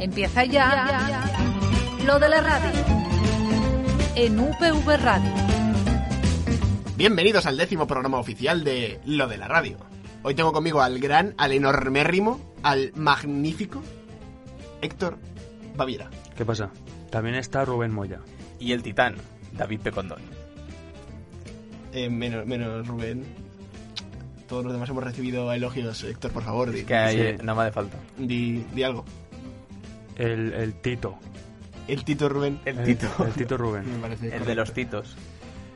Empieza ya lo de la radio en UPV Radio. Bienvenidos al décimo programa oficial de Lo de la Radio. Hoy tengo conmigo al gran, al enormérrimo, al magnífico Héctor Baviera. ¿Qué pasa? También está Rubén Moya. y el titán, David Pecondón. Eh, menos, menos Rubén. Todos los demás hemos recibido elogios. Héctor, por favor, di, Que ahí Sí. nada más de falta. di- di algo. El, el Tito. El Tito Rubén. El Tito. Mm. El, Tito Rubén. Me parece Eh, El de correcto. los titos.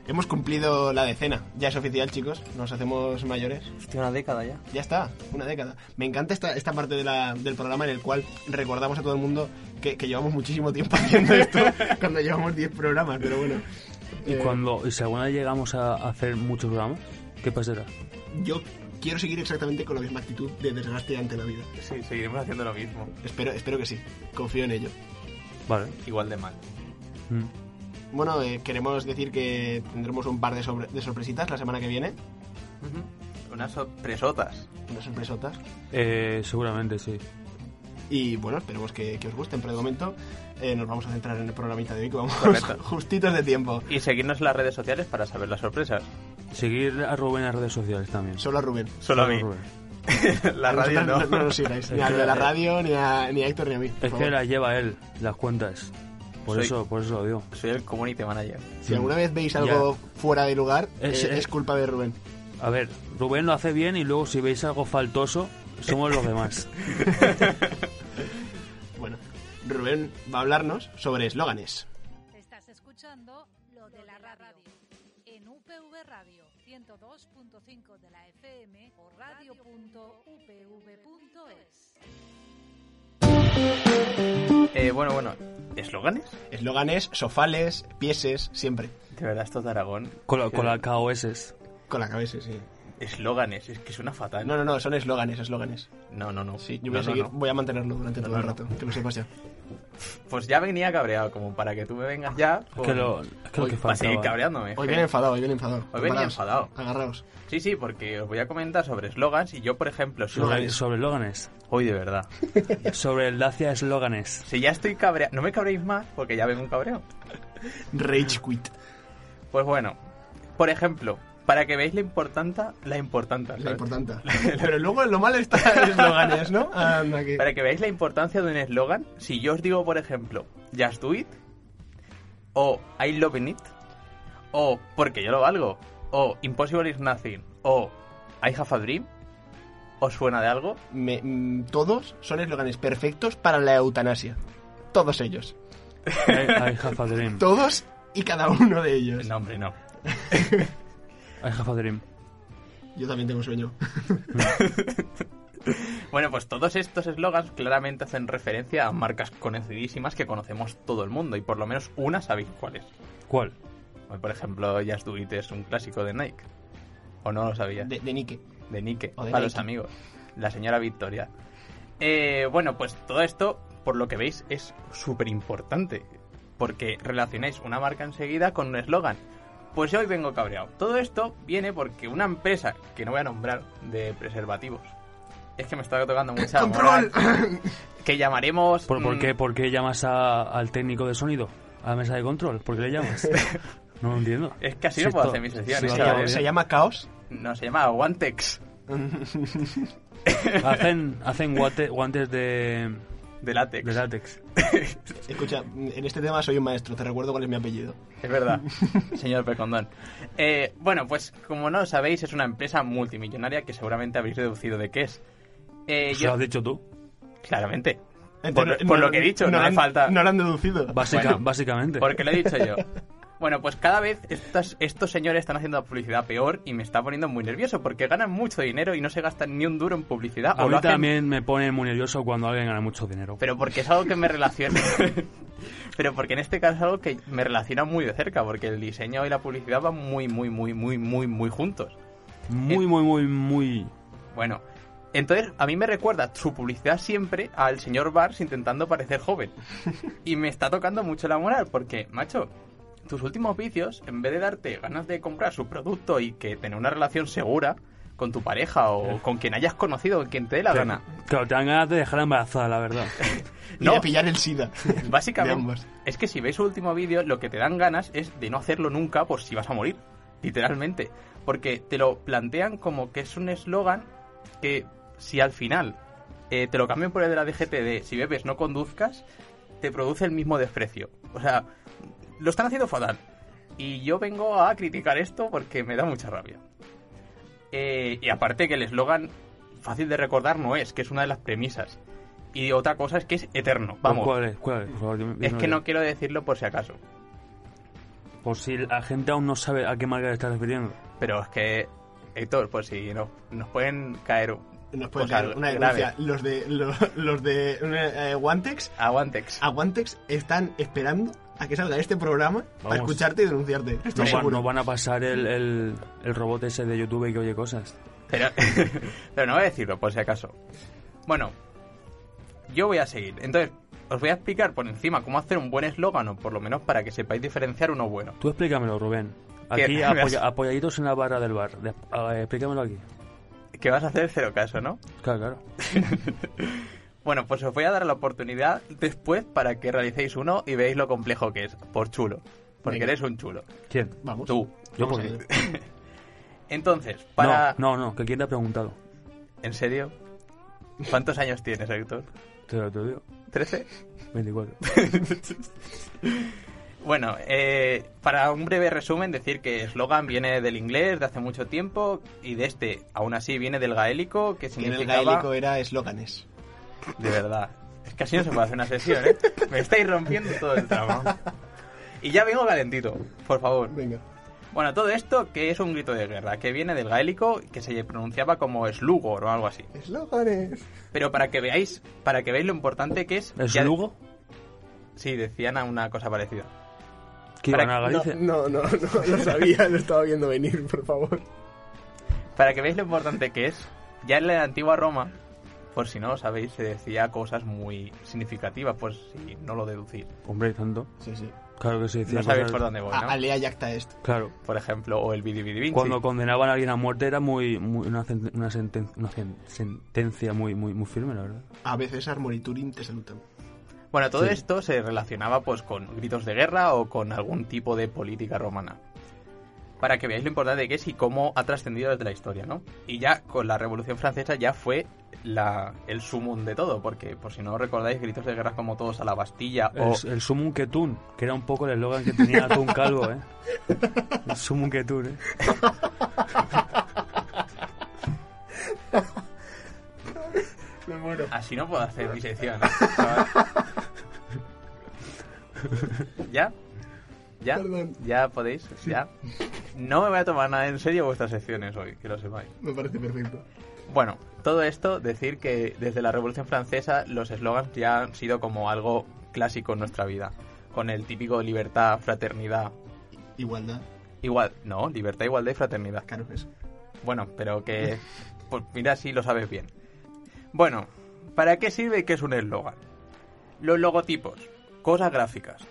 Hemos cumplido la decena. Ya es oficial, chicos. Nos hacemos mayores. Hostia, una década ya. Ya está, una década. Me encanta esta, esta parte de la- del programa en el cual recordamos a todo el mundo que, que llevamos muchísimo tiempo haciendo esto, cuando llevamos 10 programas, pero bueno. Y Eh, cuando, y si alguna vez llegamos a hacer muchos programas, ¿qué pasará? Yo quiero seguir exactamente con la misma actitud de desgaste ante la vida. Sí, seguiremos haciendo lo mismo. Espero, espero que sí, confío en ello. Vale. Igual de mal. Mm. Bueno, eh, queremos decir que tendremos un par de, sobre- de sorpresitas la semana que viene. Unas sorpresotas. Unas sorpresotas. Eh, seguramente sí. Y bueno, esperemos que, que os gusten, pero de momento eh, nos vamos a centrar en el programita de hoy, que vamos Correcto. justitos de tiempo. Y seguirnos en las redes sociales para saber las sorpresas. Seguir a Rubén en las redes sociales también. Solo a Rubén. Solo a mí. Rubén. la A radio no. nosotros nos sigáis. Ni a lo de la radio, ni a, ni a Héctor, ni a mí. por Es que favor. las lleva él, las cuentas. Por Soy- eso, por eso lo digo. Soy el community manager. Si alguna vez veis algo fuera de lugar, eh, es, Es- es- culpa de Rubén. A ver, Rubén lo hace bien y luego si veis algo faltoso, somos los demás. Bueno, Rubén va a hablarnos sobre eslóganes. Estás escuchando lo de la radio en UPV Radio 102.5 de la FM o radio.upv.es. Eh, bueno, bueno. ¿Eslóganes? Eslóganes, sofales, pieses, siempre. De verdad, estos de Aragón. Con, la- con Eh. la KOS. Con la cabeza, sí. Eslóganes, es que suena fatal. No, no, no, son eslóganes, eslóganes. no, no. no. Sí, yo voy No, a no, seguir, no. voy a mantenerlo durante No, todo no, el no. rato, que lo sepas ya. Pues ya venía cabreado, como para que tú me vengas ya. Es con- que lo, es que, lo Hoy que va a seguir faltaba. cabreándome. Hoy je. viene enfadado, hoy viene enfadado. Hoy venía Preparaos, enfadado. Agarraos. Sí, sí, porque os voy a comentar sobre eslogans y yo, por ejemplo, soy... Sobre, sobre Lóganes. Hoy de verdad. Sobre el Dacia Slóganes. Si ya estoy cabreado... No me cabréis más porque ya vengo un cabreo. Rage quit. Pues bueno, por ejemplo, para que veáis la importancia... La importancia, La ¿sabes? importante. Pero luego lo malo está eslóganes, ¿no? Anda, que- Para que veáis la importancia de un eslogan, si yo os digo, por ejemplo, Just Do It, o I Love It, o Porque yo lo valgo, o Impossible is Nothing, o I Have a Dream, ¿os suena de algo? Me- mm, todos son eslóganes perfectos para la eutanasia. Todos ellos. I, I have a dream. Todos y cada uno de ellos. No, hombre, no. I have a dream. Yo también tengo sueño. Bueno, pues todos estos eslogans claramente hacen referencia a marcas conocidísimas que conocemos todo el mundo y por lo menos una sabéis cuáles. ¿Cuál? Como, Por ejemplo, Just Do It es un clásico de Nike. ¿O no lo sabía? De, de Nike. de Nike, O de para Nike. los amigos. La señora Victoria. Eh, bueno, pues todo esto, por lo que veis, es súper importante. Porque relacionáis una marca enseguida con un eslogan. Pues yo hoy vengo cabreado. Todo esto viene porque una empresa, que no voy a nombrar, de preservativos. Es que me está tocando mucha ¡Control! moral, Que llamaremos... ¿Por, por mm, qué, por qué llamas a- al técnico de sonido? ¿A la mesa de control? ¿Por qué le llamas? No lo entiendo. Es que así Si no puedo esto- hacer mis sesiones, Se si va Sí, todo claro, llama, bien. se llama Caos. No, se llama Guantex. Hacen, hacen guate- guantes de, De látex. de látex. Escucha, en este tema soy un maestro. Te recuerdo cuál es mi apellido. Es verdad, señor Pecondón. Eh, bueno, pues como no sabéis, es una empresa multimillonaria que seguramente habréis deducido de qué es. Eh, ¿Se yo- lo has dicho tú? claramente. Por, Entonces, por no- lo que he dicho, no, lo hace han- falta. No lo han deducido. Básica- Bueno. básicamente. Porque lo he dicho yo. Bueno, pues cada vez estas- estos señores están haciendo la publicidad peor y me está poniendo muy nervioso porque ganan mucho dinero y no se gastan ni un duro en publicidad. A o mí lo hacen- también me pone muy nervioso cuando alguien gana mucho dinero. Pero porque es algo que me relaciona. Pero porque en este caso es algo que me relaciona muy de cerca, porque el diseño y la publicidad van muy, muy, muy, muy, muy, muy juntos. eh, Muy, muy, muy, muy... Bueno, entonces a mí me recuerda su publicidad siempre al señor Bars intentando parecer joven. Y me está tocando mucho la moral porque, macho, tus últimos vicios, en vez de darte ganas de comprar su producto y que tener una relación segura, con tu pareja o con quien hayas conocido, quien te dé la gana. Claro, te dan ganas de dejar embarazada, la verdad. Y No. de pillar el SIDA. De Básicamente, ambos. es que si veis su último vídeo, lo que te dan ganas es de no hacerlo nunca por si vas a morir, literalmente. Porque te lo plantean como que es un eslogan que si al final eh, te lo cambian por el de la DGT de si bebes no conduzcas, te produce el mismo desprecio. O sea, lo están haciendo fatal. Y yo vengo a criticar esto porque me da mucha rabia. Eh, y aparte que el eslogan fácil de recordar no es, que es una de las premisas. Y otra cosa es que es eterno. Vamos. ¿Cuál es? ¿Cuál es? Por favor, dime- Es que dímelo. no quiero decirlo por si acaso. Por si la gente aún no sabe a qué marca le estás refiriendo. Pero es que, Héctor, por si nos, nos pueden caer Nos puede cosas caer una graves. denuncia. Los de, lo- los, de eh, Guantex, Aguantex. a Guantex están esperando a que salga este programa para Vamos. escucharte y denunciarte. Estoy Nos, va- seguro. nos van a pasar el, el, el robot ese de YouTube que oye cosas. Pero, pero no voy a decirlo por si acaso. Bueno, yo voy a seguir. Entonces, os voy a explicar por encima cómo hacer un buen eslogan, o por lo menos para que sepáis diferenciar uno bueno. Tú explícamelo, Rubén. ¿Qué? Aquí Me apoya- has- apoyaditos en la barra del bar. De- ah, explícamelo aquí. Que vas a hacer cero caso, ¿no? Claro, claro. Bueno, pues os voy a dar la oportunidad después para que realicéis uno y veáis lo complejo que es. Por chulo. Porque Venga. eres un chulo. ¿Quién? Vamos. Tú. Yo Vamos por a mí. ello. Entonces, para... No, no, no, que quién te ha preguntado. ¿En serio? ¿Cuántos años tienes, Héctor? Te lo, te lo digo. ¿13? 24. Bueno, eh, para un breve resumen, decir que eslogan viene del inglés de hace mucho tiempo y de este, aún así, viene del gaélico, que Que en el significaba... gaélico era eslóganes. De verdad. Es que así no se puede hacer una sesión, ¿eh? Me estáis rompiendo todo el trama. Y ya vengo calentito, por favor. Venga. Bueno, todo esto que es un grito de guerra, que viene del gaélico, que se pronunciaba como slugor o algo así. Eslóganes. Pero para que veáis, para que veáis lo importante que es... ¿Es ya- Lugo? Sí, decían a una cosa parecida. ¿Que Para iban a que- Galicia? No, no, no lo sabía, lo estaba viendo venir, por favor. Para que veáis lo importante que es, ya en la antigua Roma, por si no lo sabéis, se decía cosas muy significativas, por si no lo deducís. Hombre, tanto. Sí, sí. Ah, Claro que sí. decían No sabéis cosas- por dónde voy, A- ¿no? Alea Yacta Est. Claro. Por ejemplo, o el Vidi Vidi Vinci. Cuando condenaban a alguien a muerte era muy, muy una, centen- una, senten- una cen- sentencia muy, muy, muy firme, la verdad. A veces Armoriturin te salutan. Bueno, todo Sí. esto se relacionaba pues con gritos de guerra o con algún tipo de política romana. Para que veáis lo importante que es y cómo ha trascendido desde la historia, ¿no? Y ya con la Revolución Francesa ya fue la, el sumum de todo, porque por si no recordáis gritos de guerra como todos a la Bastilla o El, el Sumum Ketun, que era un poco el eslogan que tenía Atún Calvo, ¿eh? El Sumum Ketun, ¿eh? Me muero. Así no puedo hacer mi sección. ¿eh? ¿Ya? ¿Ya? Perdón. ¿Ya podéis? ¿Ya? No me voy a tomar nada en serio vuestras secciones hoy, que lo sepáis. Me parece perfecto. Bueno, todo esto, decir que desde la Revolución Francesa los eslogans ya han sido como algo clásico en nuestra vida. Con el típico libertad, fraternidad. Igualdad, Igual, no, libertad, igualdad y fraternidad. claro que es. Bueno, pero que. Pues mira si lo sabes bien. Bueno, ¿para qué sirve y qué es un eslogan? Los logotipos, cosas gráficas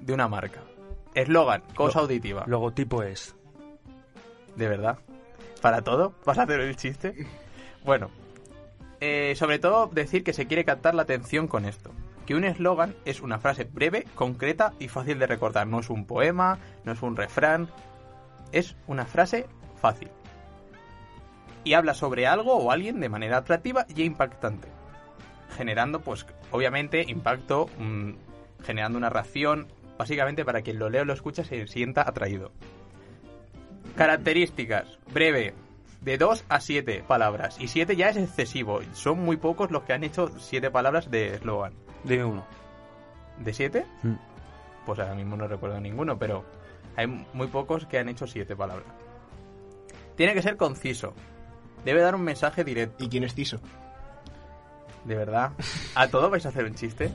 de una marca. Eslogan, cosa Lo- auditiva. Logotipo es. ¿De verdad? ¿Para todo? ¿Vas a hacer el chiste? Bueno, eh, sobre todo decir que se quiere captar la atención con esto. Que un eslogan es una frase breve, concreta y fácil de recordar. No es un poema, no es un refrán. Es una frase fácil. Y habla sobre algo o alguien de manera atractiva y impactante. Generando, pues, obviamente, impacto, mm, generando una reacción. Básicamente, para quien lo lea o lo escucha, se sienta atraído. Características. Breve. De 2 a 7 palabras. Y 7 ya es excesivo. Son muy pocos los que han hecho 7 palabras de eslogan. Dime uno. ¿De 7? Mm. Pues ahora mismo no recuerdo ninguno, pero hay muy pocos que han hecho 7 palabras. Tiene que ser conciso. Debe dar un mensaje directo. ¿Y quién es Tiso? De verdad. ¿A todo vais a hacer un chiste?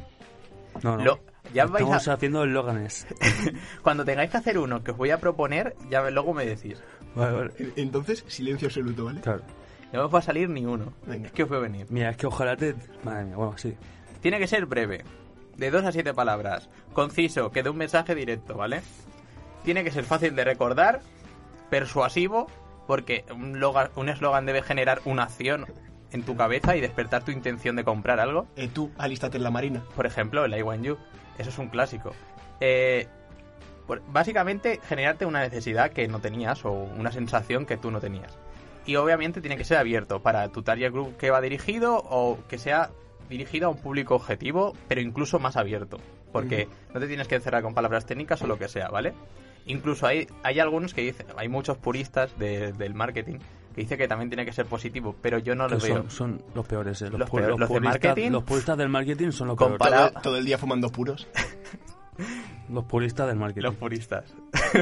No, no. Lo- ya vais Estamos a- haciendo eslóganes. Cuando tengáis que hacer uno que os voy a proponer, ya luego me decís. Vale, vale. Entonces, silencio absoluto, ¿vale? Claro. No os va a salir ni uno. Venga. Es que os voy a venir. Mira, es que ojalá te... Madre mía, bueno, sí. Tiene que ser breve, de dos a siete palabras, conciso, que dé un mensaje directo, ¿vale? Tiene que ser fácil de recordar, persuasivo Porque un loga- un eslogan debe generar una acción en tu cabeza y despertar tu intención de comprar algo. Eh, tú, alístate en la marina. Por ejemplo, el I want you. Eso es un clásico. Eh, por- básicamente, generarte una necesidad que no tenías o una sensación que tú no tenías. Y obviamente tiene que ser abierto para tu target group que va dirigido o que sea dirigido a un público objetivo, pero incluso más abierto. Porque no te tienes que encerrar con palabras técnicas o lo que sea, ¿vale? Incluso hay, hay algunos que dicen, hay muchos puristas de- del marketing que dicen que también tiene que ser positivo, pero yo no Que lo veo. son, son los peores, eh, los, Los pu- peores, los de puristas- marketing. los puristas del marketing son los Compa- peores. Todo, Para- todo el día fumando puros. Los puristas del marketing. Los puristas.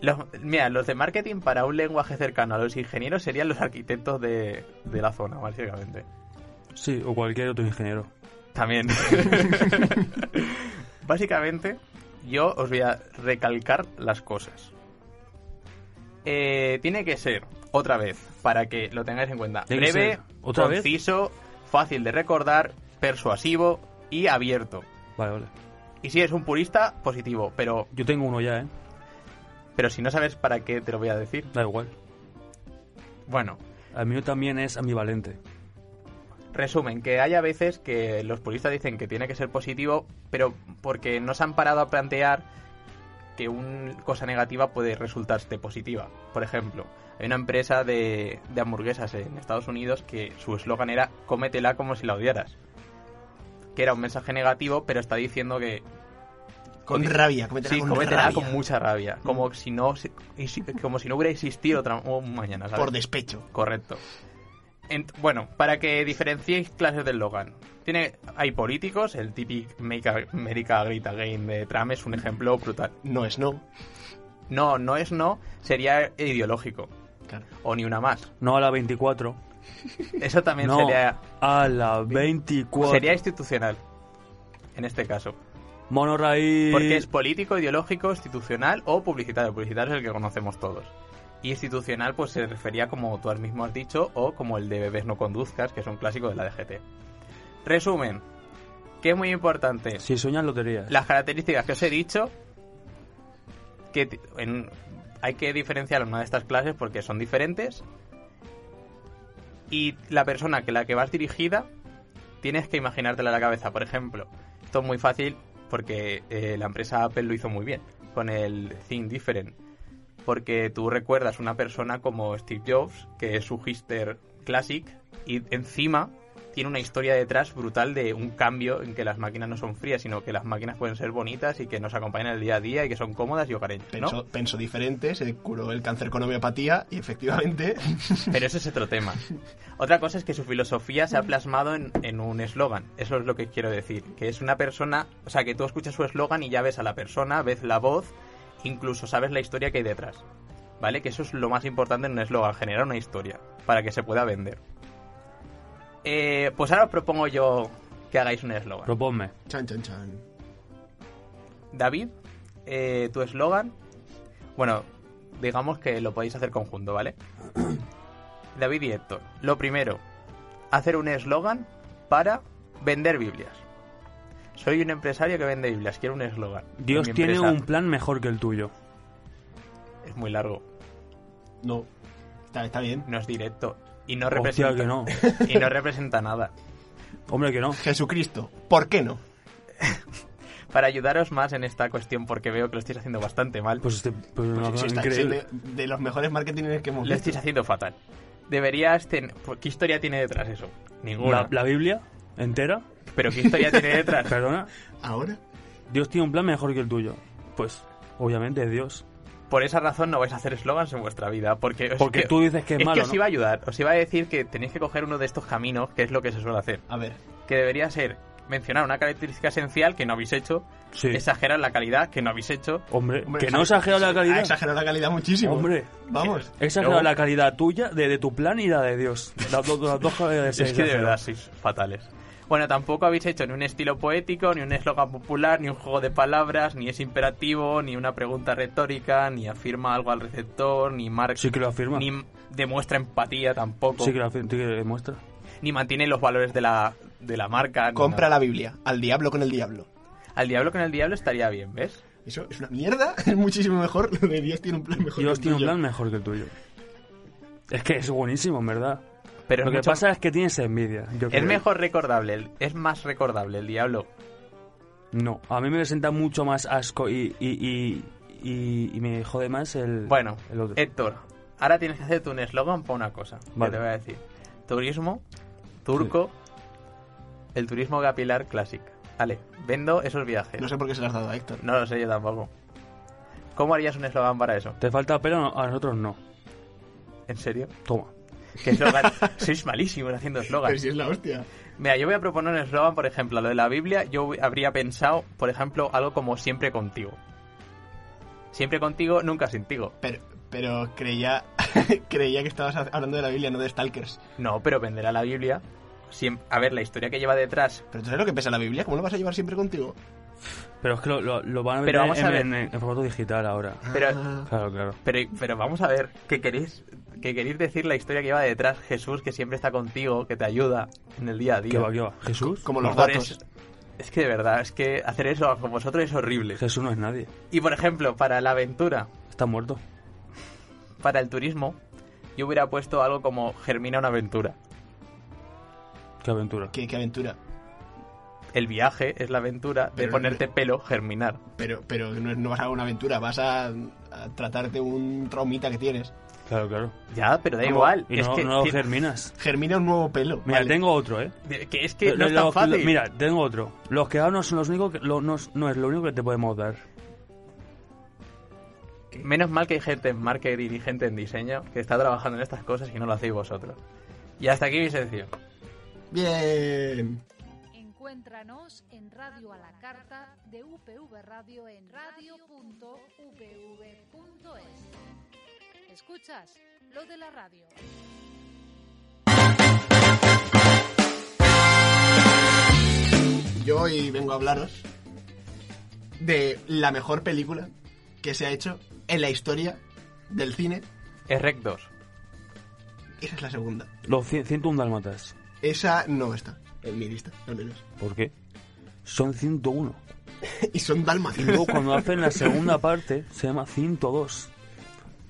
Los- mira, los de marketing para un lenguaje cercano a los ingenieros serían los arquitectos de, de la zona, básicamente. Sí, o cualquier otro ingeniero. También. básicamente, yo os voy a recalcar las cosas. Eh, tiene que ser, otra vez, para que lo tengáis en cuenta, Tiene que breve, ser, ¿otra vez? conciso, fácil de recordar, persuasivo y abierto. Vale, vale. Y si eres un purista, positivo, pero, Yo tengo uno ya, ¿eh? pero si no sabes para qué te lo voy a decir, Da igual. Bueno, El mío también es ambivalente. resumen, que hay a veces que los puristas dicen que tiene que ser positivo, pero porque no se han parado a plantear que una cosa negativa puede resultarte positiva. Por ejemplo, hay una empresa de, de hamburguesas en Estados Unidos que su eslogan era cómetela como si la odiaras. Que era un mensaje negativo, pero está diciendo que Con Sí. rabia, cómetela sí, con cómetela rabia. Mm. con mucha rabia. Como si no, se- y si- como si no hubiera existido otra un mañana. ¿sabes? Por despecho. Correcto. Ent- bueno, para que diferenciéis clases del Logan. Tiene, hay políticos, el típico Make America Great Again de Trump es un ejemplo brutal. No es no. No, no es no, sería ideológico. Claro. O ni una más. No a la 24. Eso también no sería, a la 24. sería institucional. En este caso. Monorail. Porque es político, ideológico, institucional o publicitario. Publicitario es el que conocemos todos. Y institucional, pues se refería como tú ahora mismo has dicho, o como el de bebés no conduzcas, que es un clásico de la DGT. Resumen, que es muy importante. Si sueñas loterías. Las características que os he dicho, que ti- en- hay que diferenciar una de estas clases porque son diferentes. Y la persona que la que vas dirigida, tienes que imaginártela en la cabeza. Por ejemplo, esto es muy fácil porque eh, la empresa Apple lo hizo muy bien con el Think Different. Porque tú recuerdas una persona como Steve Jobs, que es su hipster classic, y encima tiene una historia detrás brutal de un cambio en que las máquinas no son frías, sino que las máquinas pueden ser bonitas y que nos acompañan en el día a día y que son cómodas y hogareñas, ¿no? Pensó, pensó diferente, se curó el cáncer con homeopatía y efectivamente Pero ese es otro tema. Otra cosa es que su filosofía se ha plasmado en, en un eslogan. Eso es lo que quiero decir. Que es una persona, o sea, que tú escuchas su eslogan y ya ves a la persona, ves la voz, incluso sabes la historia que hay detrás. ¿Vale? Que eso es lo más importante en un eslogan, generar una historia para que se pueda vender. Eh, pues ahora os propongo yo que hagáis un eslogan. Proponme. Chan, chan, chan. David, eh, tu eslogan. Bueno, digamos que lo podéis hacer conjunto, ¿vale? David y Héctor, lo primero, hacer un eslogan para vender Biblias. Soy un empresario que vende Biblias, quiero un eslogan. en Dios mi tiene empresa. un plan mejor que el tuyo. Es muy largo, No. Está, está bien. no es directo y no representa, Hostia, que no. y no representa nada. Hombre, que no. Jesucristo, ¿por qué no? Para ayudaros más en esta cuestión, porque veo que lo estáis haciendo bastante mal. Pues este. Pues una Pues cosa sí, está- increíble. sí, de, de los mejores marketing que hemos Lo visto. estáis haciendo fatal. Deberías tener... ¿Qué historia tiene detrás eso? Ninguna. La, la Biblia entera. Pero ¿qué historia tiene detrás? Perdona. Ahora, Dios tiene un plan mejor que el tuyo. Pues, obviamente, es Dios. Por esa razón no vais a hacer eslogans en vuestra vida, porque... os- Porque que- tú dices que es, es malo. que os ¿no? iba a ayudar, os iba a decir que tenéis que coger uno de estos caminos, que es lo que se suele hacer, a ver. que debería ser mencionar una característica esencial que no habéis hecho, Sí. exagerar la calidad que no habéis hecho, Hombre, Hombre, que no ha- exagero la Ha calidad. exagerado la calidad muchísimo. Hombre. Vamos. He exagerado No. la calidad tuya, de, de tu plan y la de Dios. Las dos, las dos calidades. es se que de exageran. verdad sois fatales. Bueno, tampoco habéis hecho ni un estilo poético, ni un eslogan popular, ni un juego de palabras, ni es imperativo, ni una pregunta retórica, ni afirma algo al receptor, ni marca, Sí que lo afirma. ni demuestra empatía tampoco, Sí que lo afirma. sí que demuestra. ni mantiene los valores de la, de la marca. ni Compra nada. la Biblia. Al diablo con el diablo. Al diablo con el diablo estaría bien, ¿ves? Eso es una mierda, es muchísimo mejor. Lo de Dios tiene un plan mejor. que Dios el tiene un tuyo. plan mejor que el tuyo. Es que es buenísimo, en verdad. Pero Lo es que mucho- pasa es que tienes envidia. yo Es creo. mejor recordable, el- es más recordable el diablo. No, a mí me presenta mucho más asco y, y, y, y- y me jode más el, Bueno, eh, el otro. Héctor, ahora tienes que hacerte un eslogan para una cosa. que Vale. te voy a decir. Turismo, turco, el turismo capilar classic. Vale, vendo esos viajes. No sé por qué se lo has dado a Héctor. No lo sé yo tampoco. ¿Cómo harías un eslogan para eso? Te falta pelo, a nosotros no. ¿En serio? Toma. ¿Qué eslogan? Sois malísimos haciendo Pero eslogans. si es la hostia. Mira, yo voy a proponer un eslogan, por ejemplo, lo de la Biblia. Yo habría pensado, por ejemplo, algo como siempre contigo. Siempre contigo, nunca sin tigo. Pero, pero creía, creía que estabas hablando de la Biblia, no de Stalkers. No, pero venderá la Biblia. Siem- a ver, la historia que lleva detrás. Pero tú sabes lo que pesa la Biblia, ¿cómo lo vas a llevar siempre contigo? Pero es que lo, lo- lo van a meter Pero vamos en, a ver. en- en formato digital ahora. Pero, Ah, Claro, claro. pero, pero vamos a ver, ¿qué queréis, ¿qué queréis decir la historia que lleva detrás? Jesús, que siempre está contigo, que te ayuda en el día a día. ¿Qué va, qué va? ¿Jesús? como los Por datos. eso- es que de verdad, es que hacer eso con vosotros es horrible. Jesús no es nadie. Y por ejemplo, para la aventura, Está muerto. para el turismo, yo hubiera puesto algo como germina una aventura. Qué aventura. Qué, qué aventura. El viaje es la aventura de Pero- ponerte pelo, germinar. Pero, pero no, es- no vas a una aventura, vas a, a tratarte un traumita que tienes. Claro, claro. Ya, pero da Como- igual. Y es no, que, no que- germinas. Germina un nuevo pelo. Mira, vale. tengo otro, ¿eh? que es que Lo- no es lo- tan lo- fácil. mira, tengo otro. Los que no son los únicos que... lo- no, no es lo único que te podemos dar. Menos mal que hay gente en marketing y gente en diseño que está trabajando en estas cosas y no lo hacéis vosotros. Y hasta aquí mi sección. Bien. Encuéntranos en Radio a la Carta de UPV Radio en radio.upv.es. Escuchas lo de la radio. Yo hoy vengo a hablaros de la mejor película que se ha hecho en la historia del cine. Es Rec 2. Esa es la segunda. Los 100 101 dálmatas. Esa no está en mi lista, al menos. ¿Por qué? Son 101. Y son Y dálmatas. luego cuando hacen la segunda parte se llama 102.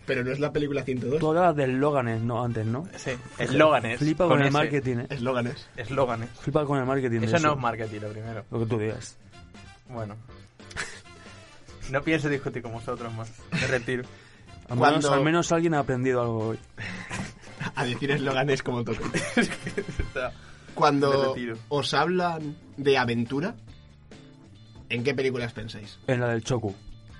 Pero no es la película Tú 102. hablabas de eslóganes no, antes, ¿no? Sí, eslóganes. Flipa con, el ese. marketing, ¿eh? Eslóganes. Eslóganes. Flipa con el marketing. de Eso no es marketing lo primero. Lo que tú digas. Bueno. No pienso discutir con vosotros más. Me retiro. Al, Cuando- menos, al menos alguien ha aprendido algo hoy. A decir eslóganes como toque. Está- Me Cuando retiro. os hablan de aventura, ¿en qué películas pensáis? En la del Choku.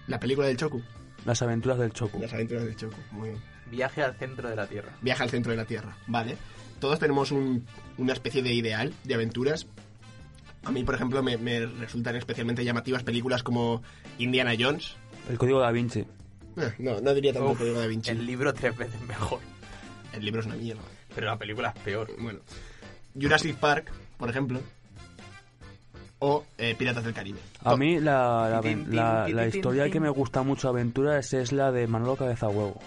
La película del Choku. Las aventuras del Choku. Las aventuras del Choku. Muy bien. Viaje al centro de la Tierra. viaja al centro de la Tierra, ¿vale? Todos tenemos un- una especie de ideal de aventuras. A mí, por ejemplo, me, me resultan especialmente llamativas películas como Indiana Jones. El código da Vinci. Eh, No, no diría tanto Uf, Código Da Vinci. el El... libro tres veces mejor. libro es una mierda. Pero la película es peor. Bueno. Jurassic Park, por ejemplo. O eh, Piratas del Caribe. A mí la, la, Tin, tin, la- tin, la tin, historia tin. que me gusta mucho aventuras es la de Manolo Cabeza Huevo.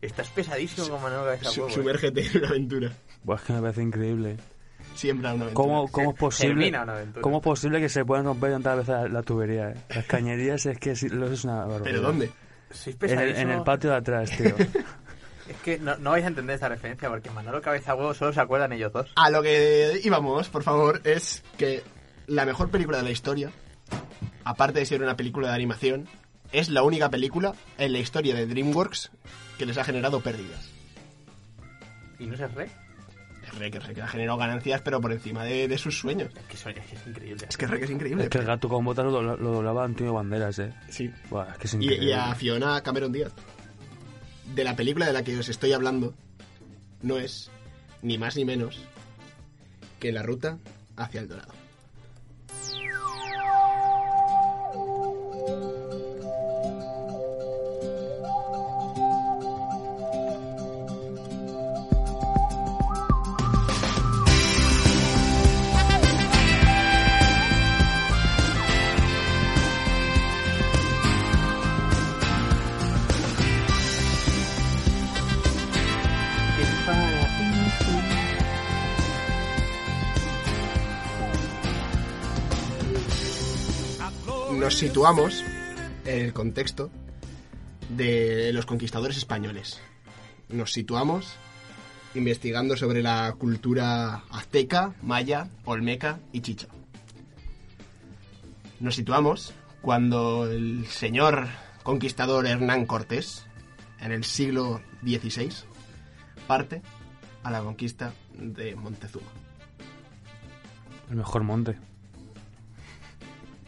Estás pesadísimo como no cabeza Su- huevo, eh. Sumérgete en una aventura. Buah, es que me parece increíble. Siempre una aventura. ¿Cómo, cómo es posible? Germina una aventura. ¿Cómo es posible que se puedan romper tantas veces la, la tubería? eh? Las cañerías es que sí, lo es una barbaridad. ¿Pero dónde? Sois En el, pesadísimo. en el patio de atrás, tío. Es que no, no vais a entender esta referencia porque Manolo Cabeza Huevo solo se acuerdan ellos dos. A lo que íbamos, por favor, es que la mejor película de la historia, aparte de ser una película de animación, es la única película en la historia de DreamWorks que les ha generado pérdidas. Y no se re. Es Rec, es Rec, ha generado ganancias, pero por encima de, de sus sueños. Es que, son- es que es increíble. Es que Rec es increíble. es que el gato con botas lo, dobla- lo doblaba Antonio Banderas, eh. Sí. Buah, es que es Y, increíble. y a Fiona Cameron Díaz. De la película de la que os estoy hablando, no es ni más ni menos que La Ruta hacia el Dorado. nos situamos en el contexto de los conquistadores españoles. Nos situamos investigando sobre la cultura azteca, maya, olmeca y chicha. Nos situamos cuando el señor conquistador Hernán Cortés, en el siglo XVI, parte a la conquista de Montezuma. El mejor monte.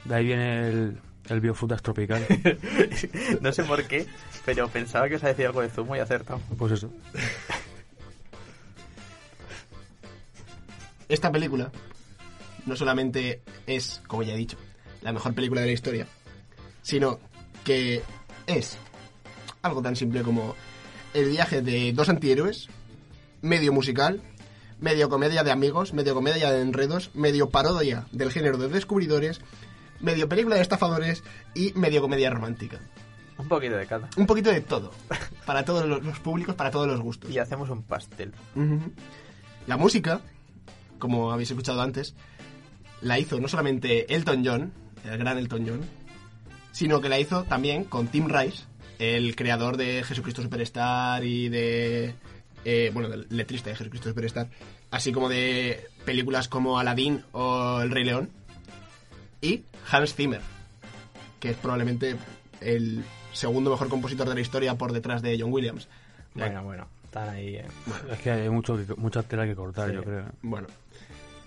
De ahí viene el, el biofrutas tropical. No sé por qué, pero pensaba que os a decir algo de zumo y acertado. Pues eso. Esta película no solamente es, como ya he dicho, la mejor película de la historia, sino que es algo tan simple como el viaje de dos antihéroes, medio musical, medio comedia de amigos, medio comedia de enredos, medio parodia del género de descubridores, medio película de estafadores y medio comedia romántica. Un poquito de cada. Un poquito de todo, para todos los- los públicos, para todos los gustos. Y hacemos un pastel. Ujú. La música, como habéis escuchado antes, la hizo no solamente Elton John, el gran Elton John, sino que la hizo también con Tim Rice, el creador de Jesucristo Superstar y de... eh, bueno, del letrista de Jesucristo Superstar, así como de películas como Aladdin o El Rey León, y Hans Zimmer, que es probablemente el segundo mejor compositor de la historia por detrás de John Williams. Bueno, bueno, están ahí. eh. Es que hay mucho que- mucha tela que cortar, Sí. yo creo. Bueno,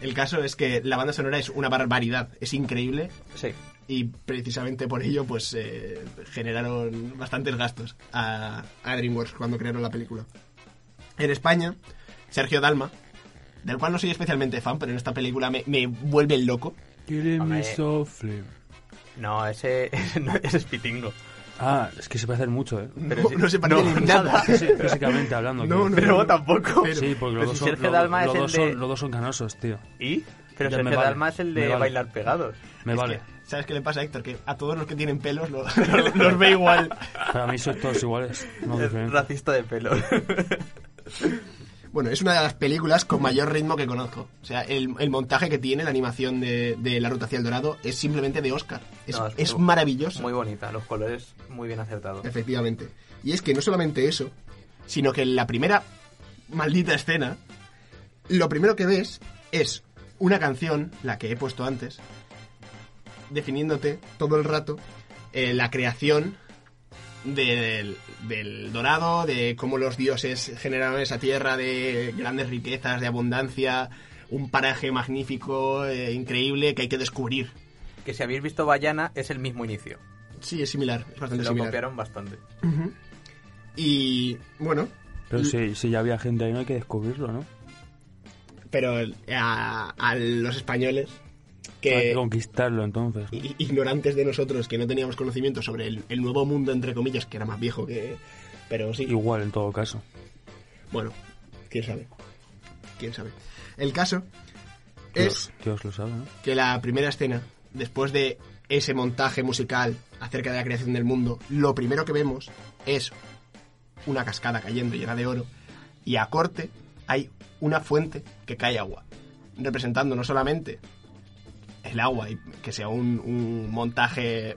el caso es que la banda sonora es una barbaridad, es increíble Sí. y precisamente por ello pues eh, generaron bastantes gastos a, a DreamWorks cuando crearon la película. En España, Sergio Dalma, del cual no soy especialmente fan, pero en esta película me, me vuelve loco. Hombre. sofre. No, ese, ese, no- ese es pitingo. Ah, es que se puede hacer mucho, ¿eh? Pero no, sí- no se parece no, ni nada. Sí, físicamente hablando. No, creo. no, Pero no. tampoco. Pero- Sí, porque Pero los dos, si son, Sergio lo- Dalma los es el dos de- son, los dos son canosos, tío. ¿Y? Pero Ya Sergio me vale, Dalma es el me de vale. bailar pegados. Me vale. ¿Sabes qué le pasa a Héctor? Que a todos los que tienen pelos lo- los, los ve igual. Para mí sois todos iguales. No Es diferente. racista de pelo. Bueno, es una de las películas con mayor ritmo que conozco. O sea, el, el montaje que tiene, la animación de, de La Ruta hacia el Dorado, es simplemente de Oscar. Es, No, es es muy- maravilloso. Muy bonita, los colores muy bien acertados. Efectivamente. Y es que no solamente eso, sino que en la primera maldita escena, lo primero que ves es una canción, la que he puesto antes, definiéndote todo el rato eh, la creación del, del dorado, de cómo los dioses generaron esa tierra de grandes riquezas, de abundancia, un paraje magnífico, eh, increíble, que hay que descubrir. Que si habéis visto Bayana, es el mismo inicio. Sí, es similar, es bastante Lo similar. copiaron bastante. Ujú. Y bueno, Pero si, si ya había gente ahí, no hay que descubrirlo, ¿no? pero eh, a, a los españoles Hay que que conquistarlo, entonces. i- ignorantes de nosotros que no teníamos conocimiento sobre el, el nuevo mundo entre comillas que era más viejo que pero sí Igual, en todo caso. bueno quién sabe quién sabe el caso es Dios, Dios lo sabe, ¿no? que la primera escena después de ese montaje musical acerca de la creación del mundo lo primero que vemos es una cascada cayendo llena de oro y a corte hay una fuente que cae agua, representando no solamente el agua y que sea un, un montaje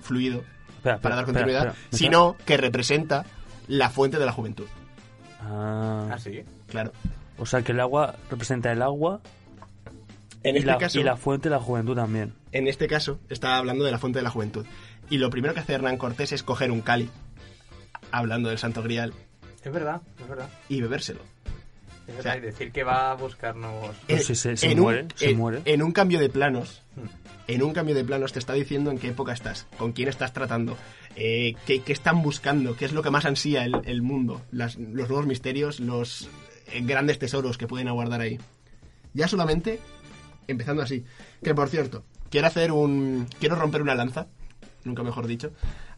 fluido Espera, espera, para dar espera, continuidad, espera. sino que representa la fuente de la juventud. Ah, Ah, sí. Claro. o sea que el agua representa el agua En y este, la, caso, y la fuente la juventud también. en este caso, está hablando de la fuente de la juventud. Y lo primero que hace Hernán Cortés es coger un cáliz, hablando del Santo Grial, Es verdad, es verdad. y bebérselo. Es verdad. sea- y decir que va a buscarnos. Pero si se- se un- muere, se en- muere. En un cambio de planos, Hmm. en un cambio de planos te está diciendo en qué época estás, con quién estás tratando, eh, qué, qué están buscando, qué es lo que más ansía el, el mundo, las- los nuevos misterios, los eh, grandes tesoros que pueden aguardar ahí. Ya solamente empezando así. Que por cierto, quiero hacer un. Quiero romper una lanza, nunca mejor dicho,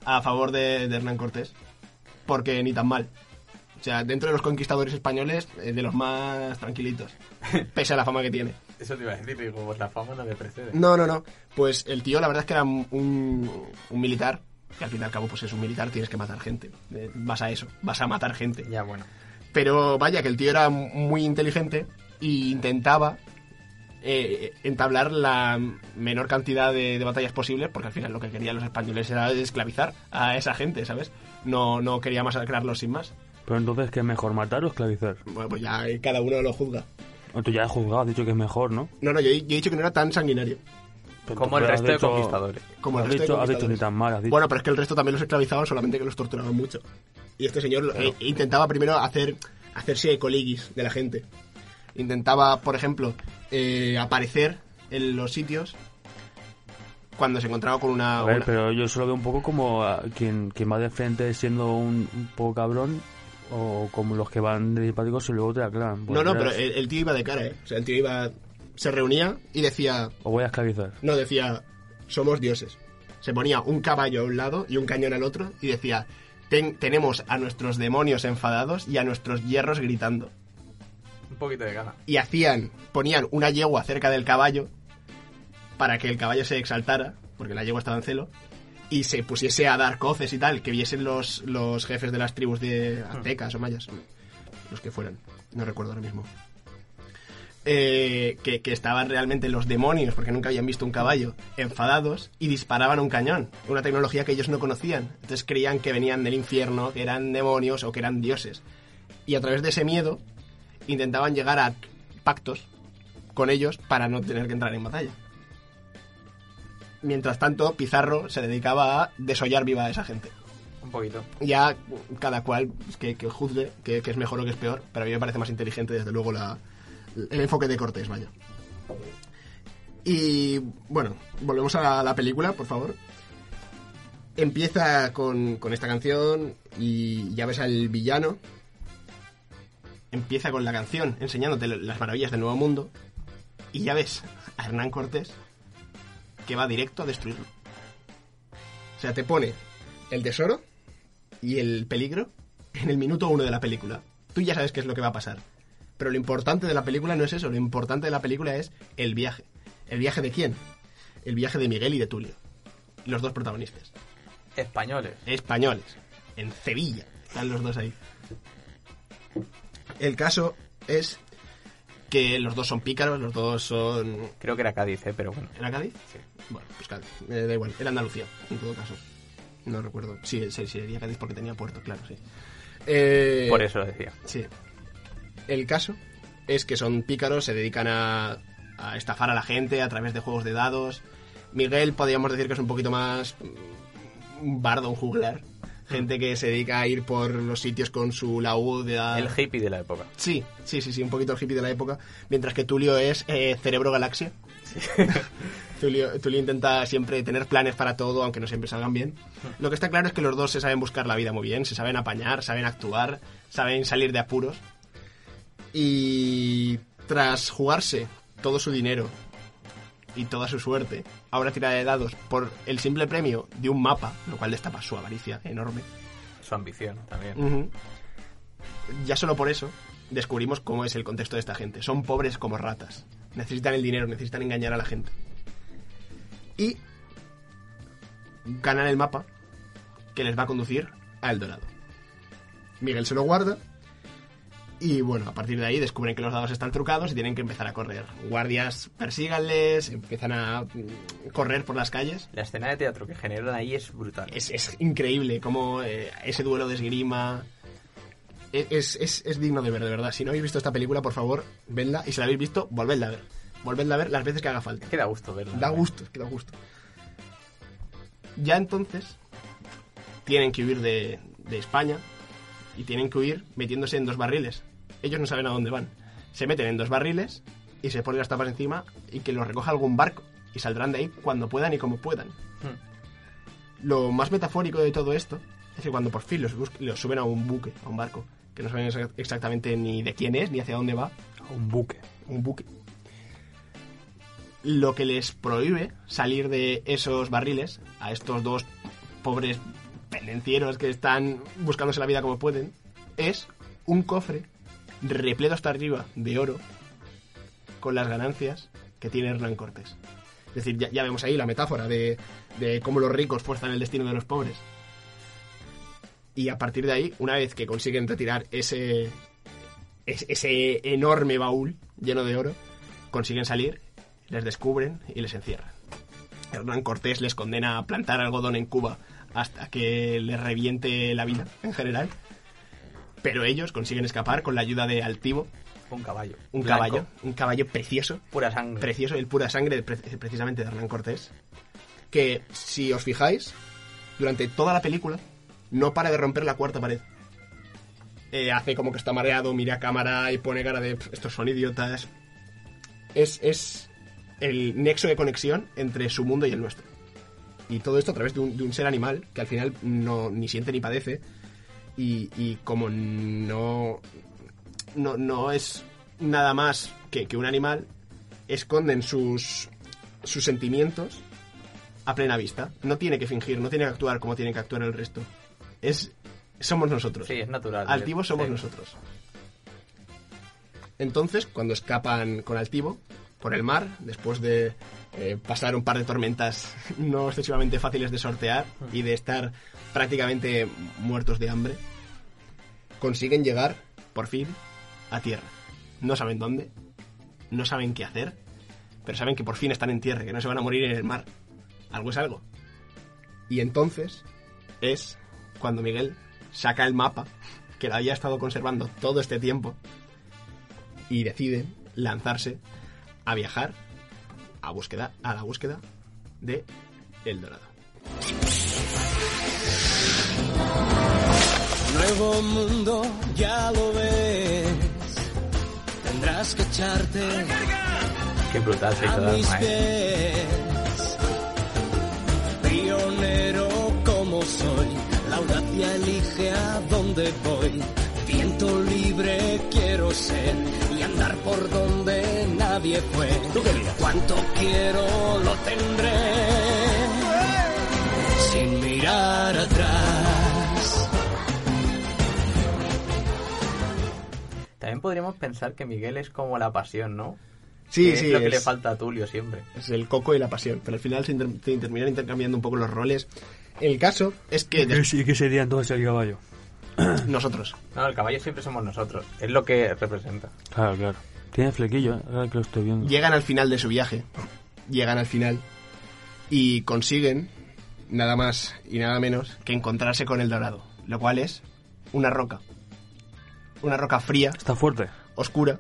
a favor de, de Hernán Cortés, porque ni tan mal. O sea, dentro de los conquistadores españoles, eh, de los más tranquilitos, pese a la fama que tiene. Eso te iba a decir, digo, pues la fama no le precede. No, no, no. Pues el tío, la verdad es que era un, un- un militar. Que al fin y al cabo, pues es un militar, tienes que matar gente. Eh, Vas a eso, vas a matar gente. Ya, bueno. Pero vaya, que el tío era muy inteligente e intentaba eh, entablar la menor cantidad de, de batallas posible, porque al final lo que querían los españoles era esclavizar a esa gente, ¿sabes? No, no quería masacrarlos sin más. Pero entonces, ¿qué es mejor, matar o esclavizar? Bueno, pues ya eh, cada uno lo juzga. O Tú ya has juzgado, has dicho que es mejor, ¿no? No, no, yo, he- yo he dicho que no era tan sanguinario. Pero Como el tú has resto de conquistadores. Como el has, resto de dicho, has dicho conquistadores. ni tan mal, has dicho. Bueno, pero es que el resto también los esclavizaban, solamente que los torturaban mucho. Y este señor eh, intentaba primero hacer hacerse coliguis de la gente. Intentaba, por ejemplo, eh, aparecer en los sitios cuando se encontraba con una... A ver, una- pero yo solo veo un poco como a quien, quien va de frente siendo un, un poco cabrón o como los que van de simpáticos y luego te aclaran. Pues, no, no, mira, pero el, el tío iba de cara, ¿eh? O sea, el tío iba... Se reunía y decía... Os voy a esclavizar. No, decía... Somos dioses. Se ponía un caballo a un lado y un cañón al otro y decía... "Ten- tenemos a nuestros demonios enfadados y a nuestros hierros gritando. Un poquito de gana. y hacían, ponían una yegua cerca del caballo para que el caballo se exaltara, porque la yegua estaba en celo, y se pusiese a dar coces y tal, que viesen los, los jefes de las tribus de aztecas o mayas, los que fueran, no recuerdo ahora mismo. Eh, que, que estaban realmente los demonios, porque nunca habían visto un caballo, enfadados y disparaban un cañón, una tecnología que ellos no conocían. Entonces creían que venían del infierno, que eran demonios o que eran dioses. Y a través de ese miedo intentaban llegar a pactos con ellos para no tener que entrar en batalla. Mientras tanto, Pizarro se dedicaba a desollar viva a esa gente. Un poquito. Ya cada cual pues, que, que juzgue que, que es mejor o que es peor, pero a mí me parece más inteligente, desde luego, la, el enfoque de Cortés, vaya. Y bueno, volvemos a la, la película, por favor. Empieza con, con esta canción y ya ves al villano. Empieza con la canción enseñándote lo- las maravillas del Nuevo Mundo y ya ves a Hernán Cortés que va directo a destruirlo. O sea, te pone el tesoro y el peligro en el minuto uno de la película. Tú ya sabes qué es lo que va a pasar. Pero lo importante de la película no es eso, lo importante de la película es el viaje. ¿El viaje de quién? El viaje de Miguel y de Tulio. Los dos protagonistas. Españoles. Españoles. En Sevilla. Están los dos ahí. El caso es que los dos son pícaros, los dos son Creo que era Cádiz, ¿eh? pero bueno. ¿Era Cádiz? Sí. Bueno, pues Cádiz. Eh, da igual, era Andalucía, en todo caso. No recuerdo. Sí, sí, sí, era Cádiz porque tenía puerto, claro, sí. Eh, Por eso lo decía. Sí. El caso es que son pícaros, se dedican a, a estafar a la gente a través de juegos de dados. Miguel podríamos decir que es un poquito más mm, un bardo, un juglar. Gente que se dedica a ir por los sitios con su laúd. a- El hippie de la época. Sí, sí, sí, sí, un poquito el hippie de la época. Mientras que Tulio es eh, cerebro galaxia. Tulio, Tulio intenta siempre tener planes para todo, aunque no siempre salgan bien. Lo que está claro es que los dos se saben buscar la vida muy bien, se saben apañar, saben actuar, saben salir de apuros. Y tras jugarse todo su dinero y toda su suerte, ahora tira de dados por el simple premio de un mapa, lo cual destapa su avaricia enorme. Su ambición también. Ujú. Ya solo por eso descubrimos cómo es el contexto de esta gente. Son pobres como ratas. Necesitan el dinero, necesitan engañar a la gente. Y ganan el mapa que les va a conducir a El Dorado. Miguel se lo guarda. Y bueno, a partir de ahí descubren que los dados están trucados y tienen que empezar a correr. Guardias persíganles, empiezan a mm, correr por las calles. La escena de teatro que generan ahí es brutal. Es, es increíble como ese duelo de esgrima. e- Es, es- es digno de ver, de verdad. Si no habéis visto esta película, por favor, vedla. Y si la habéis visto, volvedla a ver. Volvedla a ver las veces que haga falta. Es que da gusto verla. Da gusto, es que da gusto. Ya entonces, tienen que huir de, de España y tienen que huir metiéndose en dos barriles. Ellos no saben a dónde van. Se meten en dos barriles y se ponen las tapas encima y que los recoja algún barco. Y saldrán de ahí cuando puedan y como puedan. Hmm. Lo más metafórico de todo esto es que cuando por fin los, bus- los suben a un buque, a un barco, que no saben exa- exactamente ni de quién es ni hacia dónde va, Un buque. un buque, lo que les prohíbe salir de esos barriles a estos dos pobres pendencieros que están buscándose la vida como pueden es un cofre repleto hasta arriba de oro con las ganancias que tiene Hernán Cortés. Es decir, ya, ya vemos ahí la metáfora de, de cómo los ricos fuerzan el destino de los pobres. Y a partir de ahí, una vez que consiguen retirar ese, es- ese enorme baúl lleno de oro, consiguen salir les descubren y les encierran. Hernán Cortés les condena a plantar algodón en Cuba hasta que les reviente la vida en general. Pero ellos consiguen escapar con la ayuda de Altivo, Un caballo. un Blanco, caballo, un caballo precioso, Pura sangre. precioso, el pura sangre de- pre- precisamente de Hernán Cortés, que si os fijáis, durante toda la película no para de romper la cuarta pared. Eh, hace como que está mareado, mira a cámara y pone cara de "Pff, estos son idiotas. Es, es el nexo de conexión entre su mundo y el nuestro. Y todo esto a través de un, de un ser animal que al final no, ni siente ni padece. Y, y como no, no, no es nada más que, que un animal, esconden sus, sus sentimientos a plena vista. No tiene que fingir, no tiene que actuar como tiene que actuar el resto. Es, somos nosotros. Sí, es natural. ¿eh? Altivo somos Sí. nosotros. Entonces, cuando escapan con Altivo por el mar, después de eh, pasar un par de tormentas no excesivamente fáciles de sortear y de estar prácticamente muertos de hambre, consiguen llegar, por fin, a tierra. No saben dónde, no saben qué hacer, pero saben que por fin están en tierra, que no se van a morir en el mar. Algo es algo. Y entonces es cuando Miguel saca el mapa que lo había estado conservando todo este tiempo y decide lanzarse a viajar a búsqueda a la búsqueda de El Dorado. Nuevo mundo, ya lo ves. Tendrás que echarte Qué brutal se a hizo la mis arma, eh. pies. Pionero como soy, la audacia elige a dónde voy. Viento libre quiero ser y andar por donde nadie fue. Cuanto quiero lo tendré. Sin mirar atrás. También podríamos pensar que Miguel es como la pasión, ¿no? Sí, Que sí, Es lo que es- le falta a Tulio siempre. Es el coco y la pasión, pero al final se, inter- se terminan intercambiando un poco los roles. El caso es que ¿Y qué- qué sería entonces el caballo? nosotros No, el caballo siempre somos nosotros. Es lo que representa. Claro, claro. Tiene flequillo, ¿eh? ahora que lo estoy viendo. llegan al final de su viaje, llegan al final y consiguen nada más y nada menos que encontrarse con El Dorado, lo cual es una roca. Una roca fría Está fuerte. oscura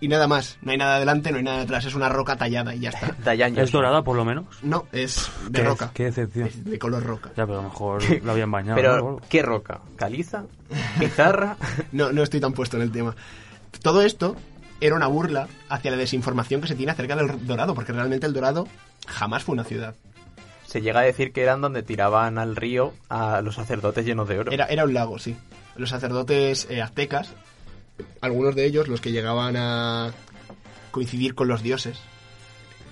y nada más. No hay nada adelante, no hay nada atrás. Es una roca tallada y ya está. Dayan ¿Es dorada por lo menos? No, es de Qué- roca. Qué decepción. Es de color roca. Ya, pero a lo mejor la habían bañado. ¿no? O Pero, algo. ¿qué roca? ¿Caliza? ¿Pizarra? No, no estoy tan puesto en el tema. Todo esto era una burla hacia la desinformación que se tiene acerca del Dorado, porque realmente el Dorado jamás fue una ciudad. Se llega a decir que eran donde tiraban al río a los sacerdotes llenos de oro. Era, era un lago, sí. Los sacerdotes eh, aztecas, algunos de ellos los que llegaban a coincidir con los dioses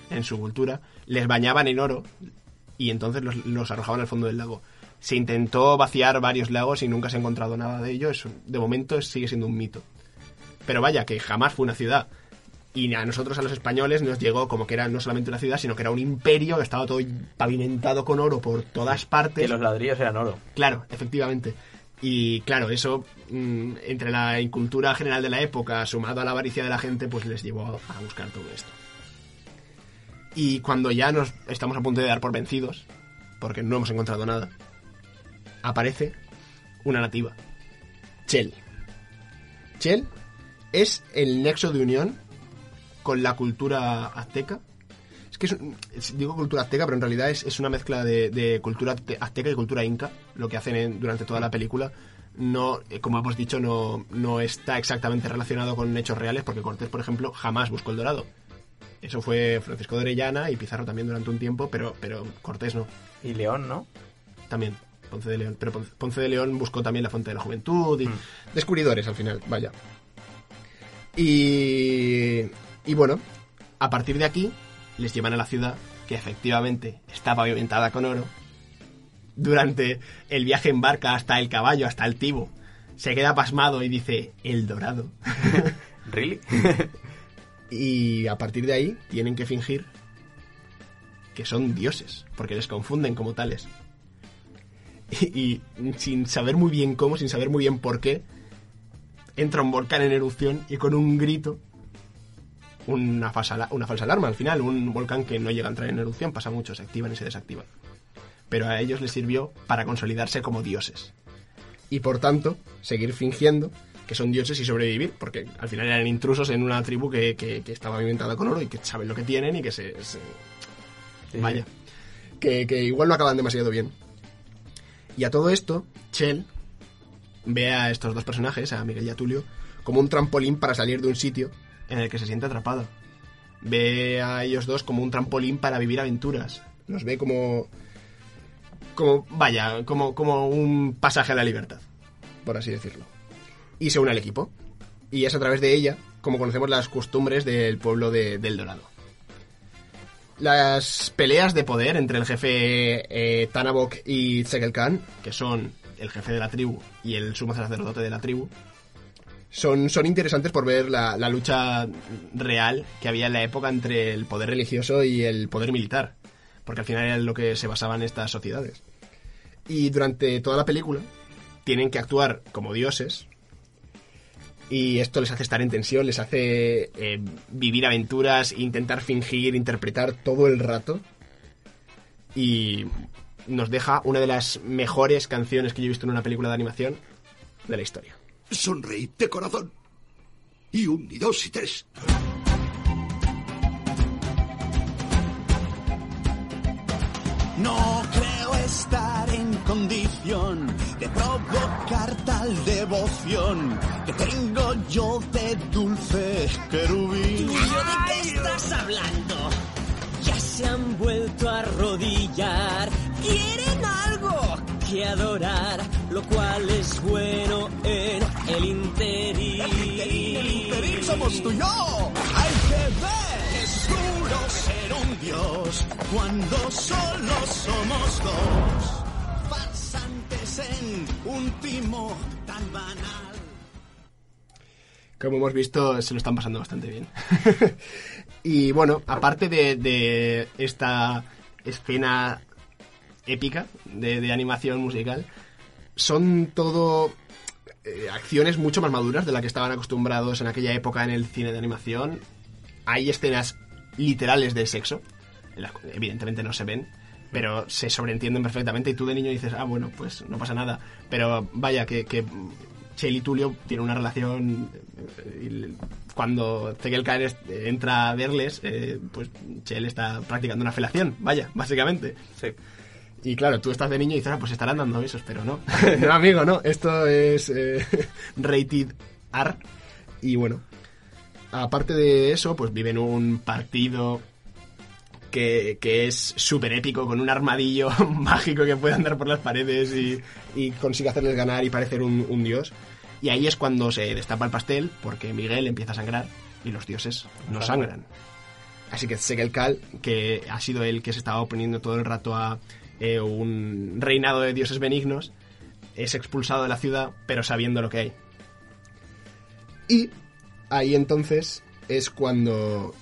en su cultura, les bañaban en oro y entonces los, los arrojaban al fondo del lago. Se intentó vaciar varios lagos y nunca se ha encontrado nada de ello. Eso, de momento sigue siendo un mito. Pero vaya, que jamás fue una ciudad. Y a nosotros, a los españoles, nos llegó como que era no solamente una ciudad, sino que era un imperio que estaba todo pavimentado con oro por todas partes. Que los ladrillos eran oro. Claro, efectivamente. Y claro, eso mm, entre la incultura general de la época, sumado a la avaricia de la gente, pues les llevó a buscar todo esto. Y cuando ya nos estamos a punto de dar por vencidos, porque no hemos encontrado nada, aparece una nativa, Chel. Chel es el nexo de unión con la cultura azteca. Es que es un- es- digo cultura azteca, pero en realidad es, es una mezcla de, de cultura azte- azteca y cultura inca, lo que hacen en- durante toda la película. No, eh, como hemos dicho, no, no está exactamente relacionado con hechos reales, porque Cortés, por ejemplo, jamás buscó el dorado. Eso fue Francisco de Orellana y Pizarro también durante un tiempo, pero, pero Cortés no Y león, ¿no? también Ponce de León. Pero Pon- Ponce de León buscó también la fuente de la juventud y descubridores al final, vaya. Y, y bueno, a partir de aquí les llevan a la ciudad que efectivamente está pavimentada con oro. Durante el viaje en barca hasta el caballo, hasta el tibo, se queda pasmado y dice, el dorado. ¿Really? Y a partir de ahí tienen que fingir que son dioses, porque les confunden como tales. Y, y sin saber muy bien cómo, sin saber muy bien por qué, entra un volcán en erupción y con un grito una falsa, ala- una falsa alarma al final, un volcán que no llega a entrar en erupción, pasa mucho, se activan y se desactivan. Pero a ellos les sirvió para consolidarse como dioses. Y por tanto, seguir fingiendo que son dioses y sobrevivir, porque al final eran intrusos en una tribu que, que- que estaba alimentada con oro y que saben lo que tienen y que se- se, Vaya. Que, que igual no acaban demasiado bien. Y a todo esto, Chell ve a estos dos personajes, a Miguel y a Tulio, como un trampolín para salir de un sitio en el que se siente atrapado. Ve a ellos dos como un trampolín para vivir aventuras. Los ve como. como. vaya, como, como un pasaje a la libertad, por así decirlo. Y se une al equipo. Y es a través de ella como conocemos las costumbres del pueblo de, del Dorado las peleas de poder entre el jefe eh, Tanabok y Tzekel Khan, que son el jefe de la tribu y el sumo sacerdote de la tribu, son, son interesantes por ver la, la lucha real que había en la época entre el poder religioso y el poder militar, porque al final era en lo que se basaban estas sociedades. Y durante toda la película tienen que actuar como dioses, y esto les hace estar en tensión, les hace eh, vivir aventuras, intentar fingir, interpretar todo el rato. Y nos deja una de las mejores canciones que yo he visto en una película de animación de la historia. Sonreíd de corazón. Y un, y dos, y tres. No creo estar en condición de provocar tal devoción que tengo yo de dulce querubín. ¿De qué estás hablando? Ya se han vuelto a arrodillar. Quieren algo que adorar, lo cual es bueno en el interín. El interín somos tú y yo. Hay que ver, es duro ser un dios cuando solo somos dos. Farsantes en un timo tan banal. Como hemos visto, se lo están pasando bastante bien. y bueno, aparte de, de esta escena épica de, de animación musical, son todo eh, acciones mucho más maduras de las que estaban acostumbrados en aquella época en el cine de animación. Hay escenas literales de sexo, en las que evidentemente no se ven, pero se sobreentienden perfectamente y tú de niño dices, ah, bueno, pues no pasa nada. Pero vaya, que, que Chell y Tulio tienen una relación... eh, y le- Cuando Tegel Khan es- entra a verles, eh, pues Chell está practicando una felación, vaya, básicamente. Sí. Y claro, tú estás de niño y dices, ah, pues estarán dando besos, pero no. no, amigo, no. Esto es eh, rated R. Y bueno, aparte de eso, pues viven un partido que, que es súper épico, con un armadillo mágico que puede andar por las paredes y, y consigue hacerles ganar y parecer un, un dios. Y ahí es cuando se destapa el pastel, porque Miguel empieza a sangrar y los dioses no sangran. Así que Segel Kal, que ha sido el que se estaba oponiendo todo el rato a eh, un reinado de dioses benignos, es expulsado de la ciudad, pero sabiendo lo que hay. Y ahí entonces es cuando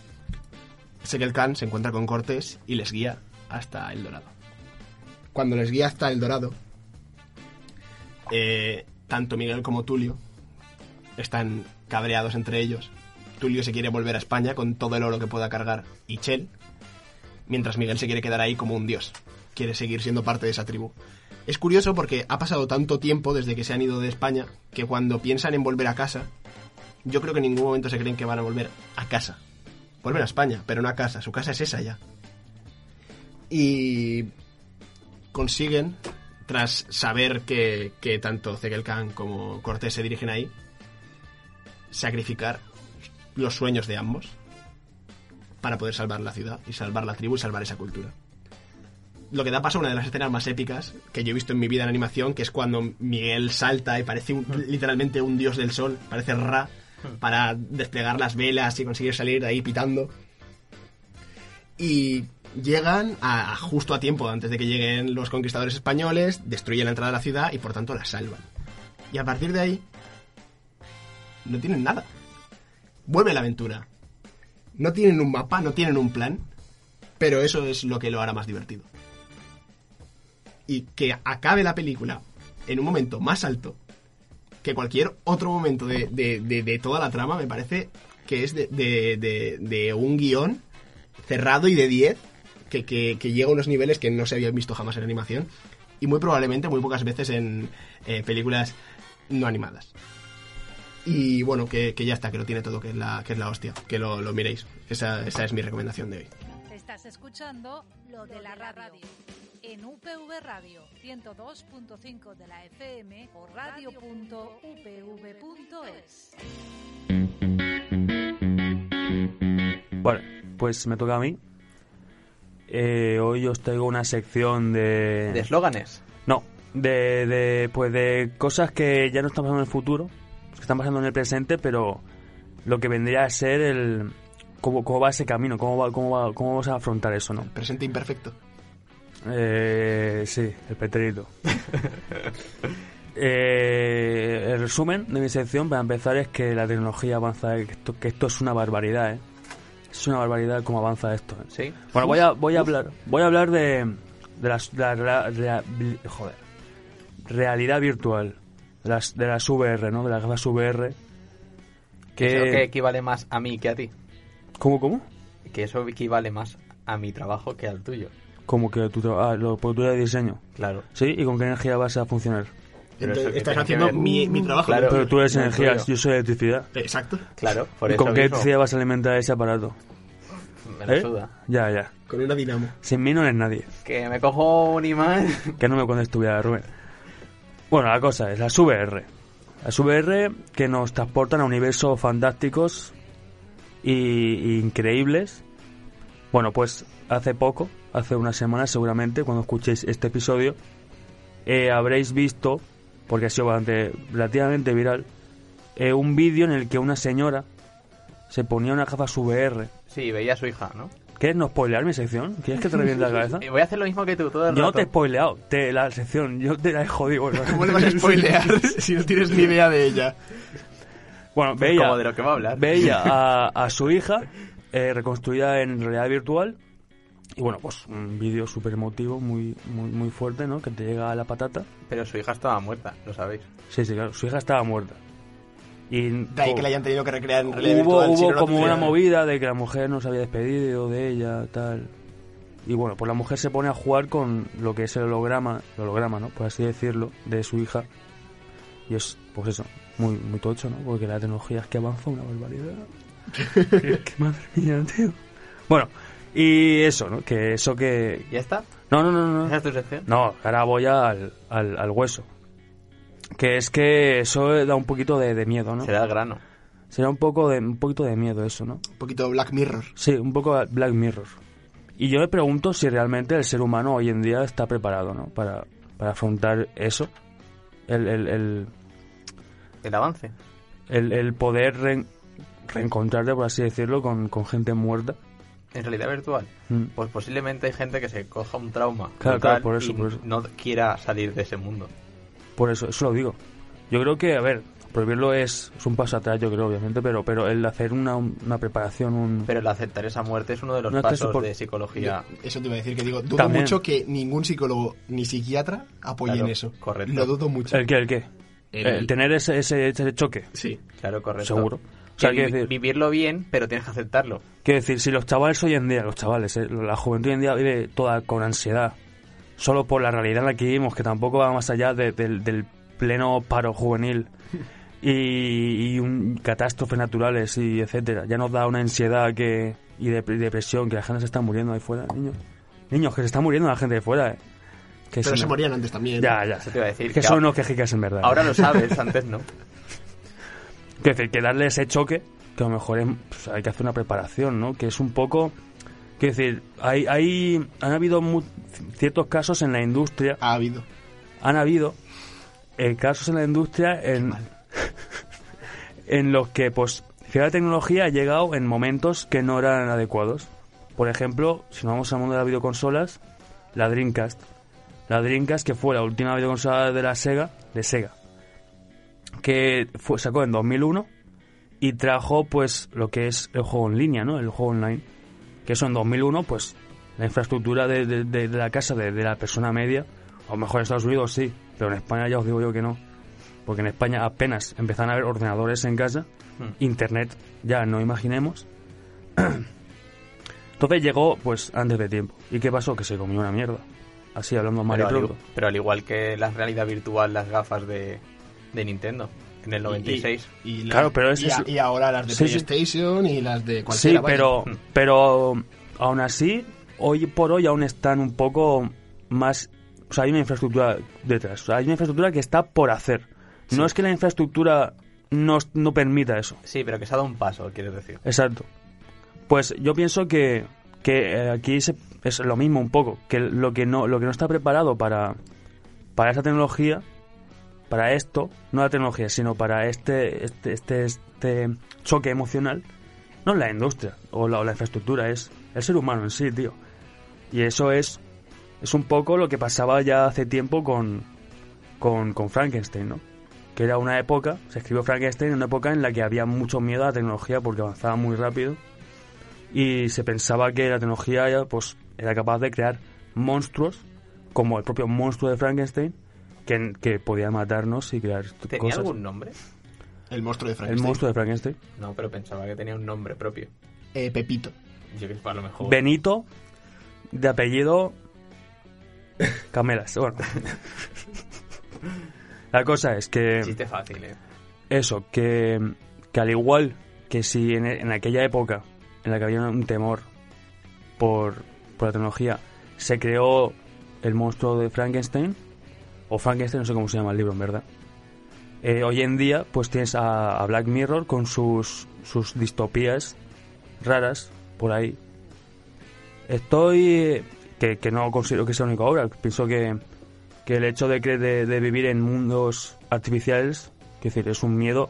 Segel Khan se encuentra con Cortés y les guía hasta El Dorado. Cuando les guía hasta El Dorado, eh, tanto Miguel como Tulio están cabreados entre ellos. Tulio se quiere volver a España con todo el oro que pueda cargar y Chell, mientras Miguel se quiere quedar ahí como un dios. Quiere seguir siendo parte de esa tribu. Es curioso porque ha pasado tanto tiempo desde que se han ido de España que cuando piensan en volver a casa, yo creo que en ningún momento se creen que van a volver a casa. Vuelven a España, pero no a casa. Su casa es esa ya. Y consiguen, tras saber que, que tanto Zegel Khan como Cortés se dirigen ahí, sacrificar los sueños de ambos para poder salvar la ciudad y salvar la tribu y salvar esa cultura. Lo que da paso a una de las escenas más épicas que yo he visto en mi vida en animación, que es cuando Miguel salta y parece un- literalmente un dios del sol, parece Ra, para desplegar las velas y conseguir salir de ahí pitando. Y llegan a, justo a tiempo, antes de que lleguen los conquistadores españoles, destruyen la entrada de la ciudad y por tanto la salvan. Y a partir de ahí, no tienen nada. Vuelve la aventura. No tienen un mapa, no tienen un plan, pero eso es lo que lo hará más divertido. Y que acabe la película en un momento más alto que cualquier otro momento de, de- de- de toda la trama me parece que es de, de- de- de un guión cerrado y de 10, que, que- que llega a unos niveles que no se habían visto jamás en animación y muy probablemente muy pocas veces en eh, películas no animadas. Y bueno, que, que ya está, que lo tiene todo, que es la, que es la hostia, que lo, lo miréis. Esa, esa es mi recomendación de hoy. Estás escuchando lo de la radio en UPV Radio 102.5 de la FM o radio.upv.es. Bueno, pues me toca a mí. Eh, hoy os traigo una sección de... De eslóganes. No, de, de, pues de cosas que ya no están pasando en el futuro, que están pasando en el presente, pero lo que vendría a ser el... Cómo, cómo va ese camino, cómo, va, cómo, va- cómo vamos a afrontar eso, ¿no? Presente imperfecto. Eh, sí, el petrito. Eh, el resumen de mi sección para empezar es que la tecnología avanza, que esto, que esto es una barbaridad, ¿eh? Es una barbaridad cómo avanza esto. ¿eh? Sí. Bueno, voy a, voy a hablar, voy a hablar de, de las, de la, rea- rea- bl- joder, realidad virtual, de las, de las VR, ¿no? De las gafas VR. Que eso que Que, equivale más a mí que a ti. ¿Cómo, cómo? Que eso equivale más a mi trabajo que al tuyo. Como que tu, tra- ah, lo, por tu de diseño. Claro. ¿Sí? ¿Y con qué energía vas a funcionar? Pero Entonces, eso que estás tiene que haciendo ver- mi, mi trabajo. Claro. Pero tú eres no, energía, claro. yo soy electricidad. Exacto. Claro, por ¿Y eso con qué mismo electricidad vas a alimentar ese aparato? me la ¿Eh? suda. Ya, ya. Con una dinamo. Sin mí no eres nadie. Que me cojo un imán. Que no me cuentes tu vida, Rubén. Bueno, la cosa es, las VR. Las VR que nos transportan a universos fantásticos y, y increíbles. Bueno, pues hace poco, hace una semana seguramente, cuando escuchéis este episodio, eh, habréis visto, porque ha sido bastante, relativamente viral, eh, un vídeo en el que una señora se ponía una gafa VR. Sí, veía a su hija, ¿no? ¿Quieres no spoilear mi sección? ¿Quieres que te reviente la cabeza? Y Eh, voy a hacer lo mismo que tú todo Yo el no rato. te he spoileado te, la sección, yo te la he jodido. Bueno, ¿Cómo le vas a spoilear si no tienes ni idea de ella? Bueno, veía, Como de lo que va a hablar. veía a, a su hija eh, reconstruida en realidad virtual. Y bueno, pues un vídeo súper emotivo, muy, muy, muy fuerte, ¿no? Que te llega a la patata. Pero su hija estaba muerta, lo sabéis. Sí, sí, claro, su hija estaba muerta. Y De ahí co- que la hayan tenido que recrear en realidad hubo, virtual. si hubo no, no como tendría- una movida de que la mujer no se había despedido de ella, tal. Y bueno, pues la mujer se pone a jugar con lo que es el holograma, el holograma, ¿no? Por así decirlo, de su hija. Y es, pues eso, muy, muy tocho, ¿no? Porque la tecnología es que avanza una barbaridad. Qué madre mía, tío. Bueno, y eso, ¿no? Que eso que... ¿Ya está? No, no, no, no. ¿Esa es tu sección? No, ahora voy al, al, al hueso. Que es que eso da un poquito de, de miedo, ¿no? Será el grano. Será un poco de un poquito de miedo eso, ¿no? Un poquito Black Mirror. Sí, un poco a Black Mirror. Y yo me pregunto si realmente el ser humano hoy en día está preparado, ¿no? Para, para afrontar eso. El, el, el, El avance. el- el poder re- reencontrarte, por así decirlo, con, con gente muerta. En realidad virtual. Mm. Pues posiblemente hay gente que se coja un trauma. Claro, brutal claro, por eso, y por eso. No quiera salir de ese mundo. Por eso, eso lo digo. Yo creo que, a ver, prohibirlo es, es un paso atrás, yo creo, obviamente, pero, pero el hacer una, una preparación, un... Pero el aceptar esa muerte es uno de los No es que pasos supor- de psicología. Eso te iba a decir que digo, dudo También. mucho que ningún psicólogo ni psiquiatra apoyen Claro, eso. correcto. Lo dudo mucho. ¿El qué? ¿El qué? El- El Eh, tener ese, ese, ese choque, Sí. Claro, correcto. seguro. O Que sea, quiero vi- decir- Vivirlo bien, pero tienes que aceptarlo. Quiero decir, si los chavales hoy en día, los chavales, eh, la juventud hoy en día vive toda con ansiedad, solo por la realidad en la que vivimos, que tampoco va más allá de- del- del pleno paro juvenil y, y un- catástrofes naturales y etcétera, ya nos da una ansiedad que y dep- depresión, que la gente se está muriendo ahí fuera, niños. Niños, que se está muriendo la gente de fuera, eh. Que Pero sí, se no. morían antes también. Ya, ya. Eso te iba a decir, que que son ahora- unos quejicas en verdad. eh. Ahora lo sabes, antes no. Que, decir, que darle ese choque, que a lo mejor es- pues, hay que hacer una preparación, ¿no? Que es un poco... Quiero decir, hay, hay, han habido mu- ciertos casos en la industria, Ha habido. han habido eh, casos en la industria en, en los que pues cierta tecnología ha llegado en momentos que no eran adecuados. Por ejemplo, si nos vamos al mundo de las videoconsolas, la Dreamcast. La Dreamcast que fue la última videoconsola de la Sega, de Sega, que fue, sacó en 2001 y trajo pues lo que es el juego en línea, ¿no? El juego online. Que eso en 2001 pues la infraestructura de, de- de- de la casa de, de la persona media, a lo mejor en Estados Unidos sí, pero en España ya os digo yo que no. Porque en España apenas empezaron a haber ordenadores en casa, Hmm. internet ya no imaginemos. Entonces llegó pues antes de tiempo. ¿Y qué pasó? Que se comió una mierda. Así hablando mal y Pero al, pronto. igu- pero al igual que la realidad virtual, las gafas de, de Nintendo, en el 96. Y, y la- Claro, pero es y, que a- su- y ahora las de Sí, sí. PlayStation y las de Sí, cualquiera. vaya. Hmm. pero, pero aún así, hoy por hoy aún están un poco más... O sea, hay una infraestructura detrás. O sea, hay una infraestructura que está por hacer. No es que la infraestructura no, no permita eso. Sí, pero que se ha dado un paso, quieres decir. Exacto. Pues yo pienso que, que eh, aquí se- es lo mismo un poco, que lo que no, lo que no está preparado para, para esta tecnología, para esto, no la tecnología, sino para este, este, este, este choque emocional, no es la industria o la, o la infraestructura, es el ser humano en sí, tío. Y eso es, es un poco lo que pasaba ya hace tiempo con, con, con Frankenstein, ¿no? que era una época, se escribió Frankenstein, una época en la que había mucho miedo a la tecnología porque avanzaba muy rápido y se pensaba que la tecnología ya, pues, era capaz de crear monstruos, como el propio monstruo de Frankenstein, que, que podía matarnos y crear ¿Tenía cosas. algún nombre? El monstruo de El Frankenstein. monstruo de Frankenstein. No, pero pensaba que tenía un nombre propio. Eh, Pepito. Yo que a lo mejor. Benito, de apellido Camelas. Bueno. la cosa es que... Chiste fácil, eh. Eso, que, que al igual que si en, en aquella época en la que había un temor por, por la tecnología, se creó el monstruo de Frankenstein, o Frankenstein, no sé cómo se llama el libro en verdad. Eh, hoy en día, pues tienes a, a Black Mirror con sus, sus distopías raras por ahí. Estoy. que, que no considero que sea la única obra. Pienso que, que el hecho de, cre- de, de vivir en mundos artificiales, que decir, es un miedo,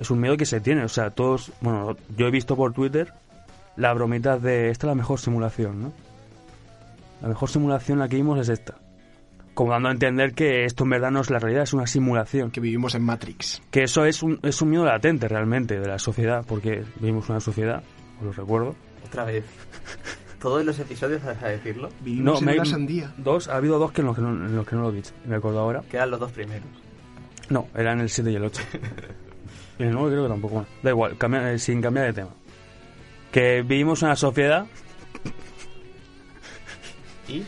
es un miedo que se tiene. O sea, todos, bueno, yo he visto por Twitter la bromita de esta es la mejor simulación, ¿no? La mejor simulación la que vimos es esta. Como dando a entender que esto en verdad no es la realidad, es una simulación. Que vivimos en Matrix. Que eso es un, es un miedo latente realmente de la sociedad, porque vivimos una sociedad, os lo recuerdo. Otra vez. Todos los episodios vas a decirlo. Vivimos en me- una sandía. Dos, ha habido dos que en los que no, en los que no lo he dicho, me acuerdo ahora. Quedan los dos primeros. No, eran el 7 y el 8. y el 9 creo que tampoco. Bueno, da igual, cambia- eh, sin cambiar de tema. Que vivimos una sociedad. Y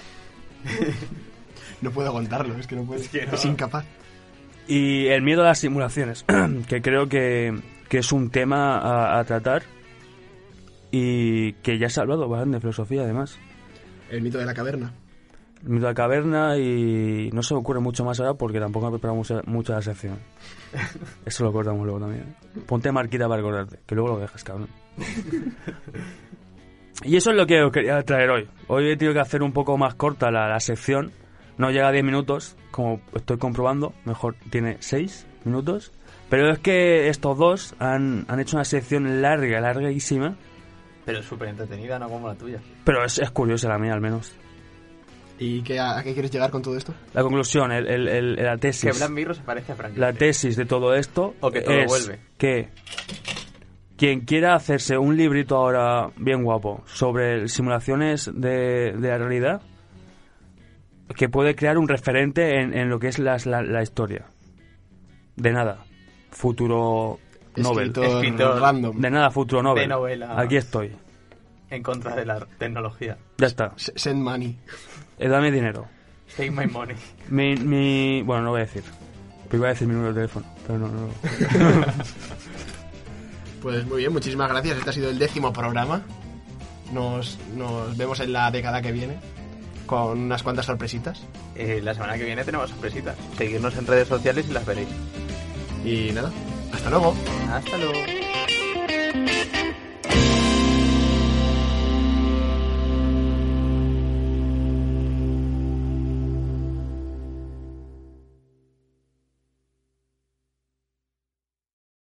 No puedo aguantarlo, es que no puedo. Es, que no. incapaz. Y el miedo a las simulaciones, que creo que, que es un tema a, a tratar y que ya se ha hablado bastante de filosofía además. El mito de la caverna. El miedo a la caverna y no se me ocurre mucho más ahora porque tampoco me preparamos mucho la sección. Eso lo cortamos luego también. ¿eh? Ponte marquita para acordarte, que luego lo dejas, cabrón. Y eso es lo que os quería traer hoy. Hoy he tenido que hacer un poco más corta la, la sección. No llega a 10 minutos, como estoy comprobando. Mejor tiene 6 minutos. Pero es que estos dos han, han hecho una sección larga, larguísima. Pero es súper entretenida, no como la tuya. Pero es, es curiosa la mía, al menos. ¿Y qué, a, a qué quieres llegar con todo esto? La conclusión, el, el- el- la tesis. Que Black Mirror se parece a Frank. La tesis de todo esto O que todo es vuelve. que quien quiera hacerse un librito ahora bien guapo sobre simulaciones de, de la realidad, que puede crear un referente en, en lo que es las- la, la historia. De nada. Futuro Nobel. Escritor, Escritor. random. De nada, futuro Nobel. De novela. Aquí estoy. En contra de la tecnología. Ya está. S- Send money. Eh, Dame dinero. Take my money. Mi, mi- Bueno, no voy a decir. Pero iba a decir mi número de teléfono. Pero no, no. Pues muy bien, muchísimas gracias. Este ha sido el décimo programa. Nos, nos vemos en la década que viene con unas cuantas sorpresitas. Eh, la semana que viene tenemos sorpresitas. Seguirnos en redes sociales y las veréis. Y nada, hasta luego. Hasta luego.